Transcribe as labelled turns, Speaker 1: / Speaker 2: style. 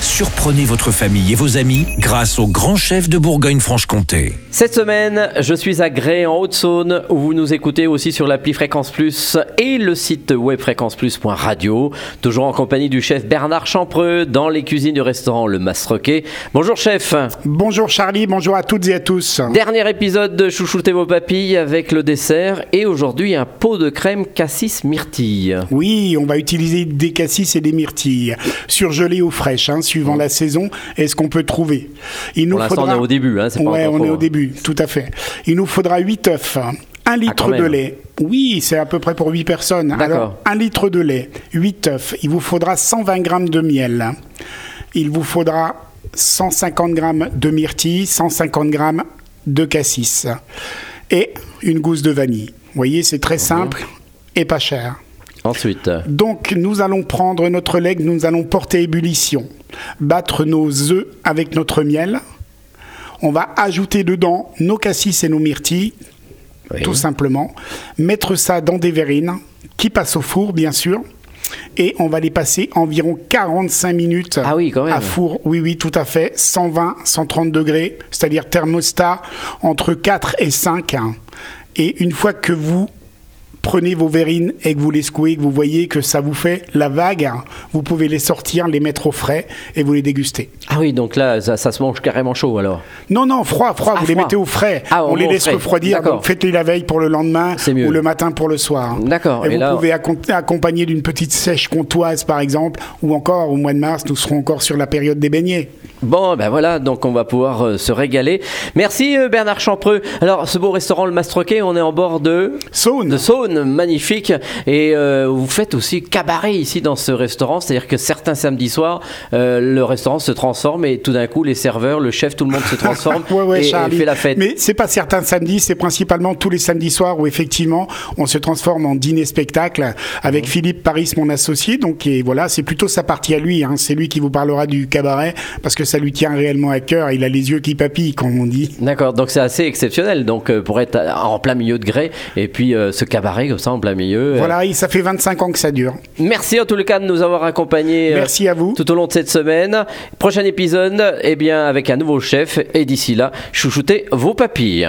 Speaker 1: Surprenez votre famille et vos amis grâce au grand chef de Bourgogne-Franche-Comté.
Speaker 2: Cette semaine, je suis à Gré en Haute-Saône où vous nous écoutez aussi sur l'appli Fréquence Plus et le site web fréquenceplus.radio, toujours en compagnie du chef Bernard Champreux dans les cuisines du restaurant Le Mastroquet. Bonjour chef.
Speaker 3: Bonjour Charlie, bonjour à toutes et à tous.
Speaker 2: Dernier épisode de Chouchoutez vos papilles avec le dessert et aujourd'hui un pot de crème cassis myrtille.
Speaker 3: Oui, on va utiliser des cassis et des myrtilles, surgelées ou fraîches, hein, suivant la saison, est ce qu'on peut trouver. Il
Speaker 2: Mmh. Pour l'instant, on est au début, hein, c'est pas
Speaker 3: Ouais,
Speaker 2: encore
Speaker 3: on
Speaker 2: trop,
Speaker 3: est
Speaker 2: hein.
Speaker 3: au début, tout à fait. Il nous faudra 8 œufs, 1
Speaker 2: Ah, quand
Speaker 3: litre
Speaker 2: même.
Speaker 3: de lait. Oui, c'est à peu près pour 8 personnes.
Speaker 2: D'accord.
Speaker 3: Alors, 1 litre de lait, 8 œufs. Il vous faudra 120 grammes de miel. Il vous faudra 150 grammes de myrtille, 150 grammes de cassis et une gousse de vanille. Vous voyez, c'est très
Speaker 2: Mmh.
Speaker 3: simple et pas cher.
Speaker 2: Ensuite,
Speaker 3: Donc nous allons prendre notre lait, que nous allons porter ébullition, battre nos œufs avec notre miel. On va ajouter dedans nos cassis et nos myrtilles,
Speaker 2: Oui.
Speaker 3: tout simplement. Mettre ça dans des verrines qui passent au four, bien sûr. Et on va les passer environ 45 minutes
Speaker 2: Ah oui, quand même.
Speaker 3: à four. Oui, oui, tout à fait. 120, 130 degrés, c'est-à-dire thermostat entre 4 et 5. hein. Et une fois que vous prenez vos verrines et que vous les secouez, que vous voyez que ça vous fait la vague, hein, vous pouvez les sortir, les mettre au frais et vous les déguster.
Speaker 2: ah oui, donc là, ça, ça se mange carrément chaud alors.
Speaker 3: Non, non, froid, froid,
Speaker 2: Ah,
Speaker 3: vous les
Speaker 2: froid.
Speaker 3: mettez au frais.
Speaker 2: Ah, on
Speaker 3: on les
Speaker 2: met au
Speaker 3: laisse
Speaker 2: frais.
Speaker 3: refroidir,
Speaker 2: D'accord.
Speaker 3: donc faites-les la veille pour le lendemain
Speaker 2: C'est mieux.
Speaker 3: ou le matin pour le soir.
Speaker 2: D'accord.
Speaker 3: Et,
Speaker 2: Et
Speaker 3: vous
Speaker 2: là-
Speaker 3: pouvez accom- accompagner d'une petite sèche comtoise, par exemple, ou encore au mois de mars, nous serons encore sur la période des beignets.
Speaker 2: Bon, ben voilà, donc on va pouvoir euh, se régaler. Merci euh, Bernard Champreux. Alors, ce beau restaurant Le Mastroquet, on est en bord de,
Speaker 3: Saône
Speaker 2: de Saône, magnifique. Et euh, vous faites aussi cabaret ici dans ce restaurant, c'est-à-dire que certains samedis soirs, euh, le restaurant se transforme et tout d'un coup, les serveurs, le chef, tout le monde se transforme
Speaker 3: Ouais, ouais,
Speaker 2: et, et
Speaker 3: Charlie.
Speaker 2: fait la fête.
Speaker 3: Mais c'est pas certains samedis, c'est principalement tous les samedis soirs où effectivement on se transforme en dîner spectacle avec
Speaker 2: Mmh.
Speaker 3: Philippe Paris, mon associé. Donc et voilà, c'est plutôt sa partie à lui. hein. C'est lui qui vous parlera du cabaret parce que ça lui tient réellement à cœur. Il a les yeux qui papillent, comme on dit.
Speaker 2: D'accord, donc c'est assez exceptionnel, donc euh, pour être euh, en plein milieu de grès et puis euh, ce cabaret comme ça en plein milieu. euh,
Speaker 3: Voilà, et ça fait 25 ans que ça dure.
Speaker 2: Merci en tout le cas de nous avoir accompagnés. euh,
Speaker 3: Merci à vous.
Speaker 2: Tout au long de cette semaine. Prochain épisode, eh bien, avec un nouveau chef. Et d'ici là, chouchoutez vos papilles.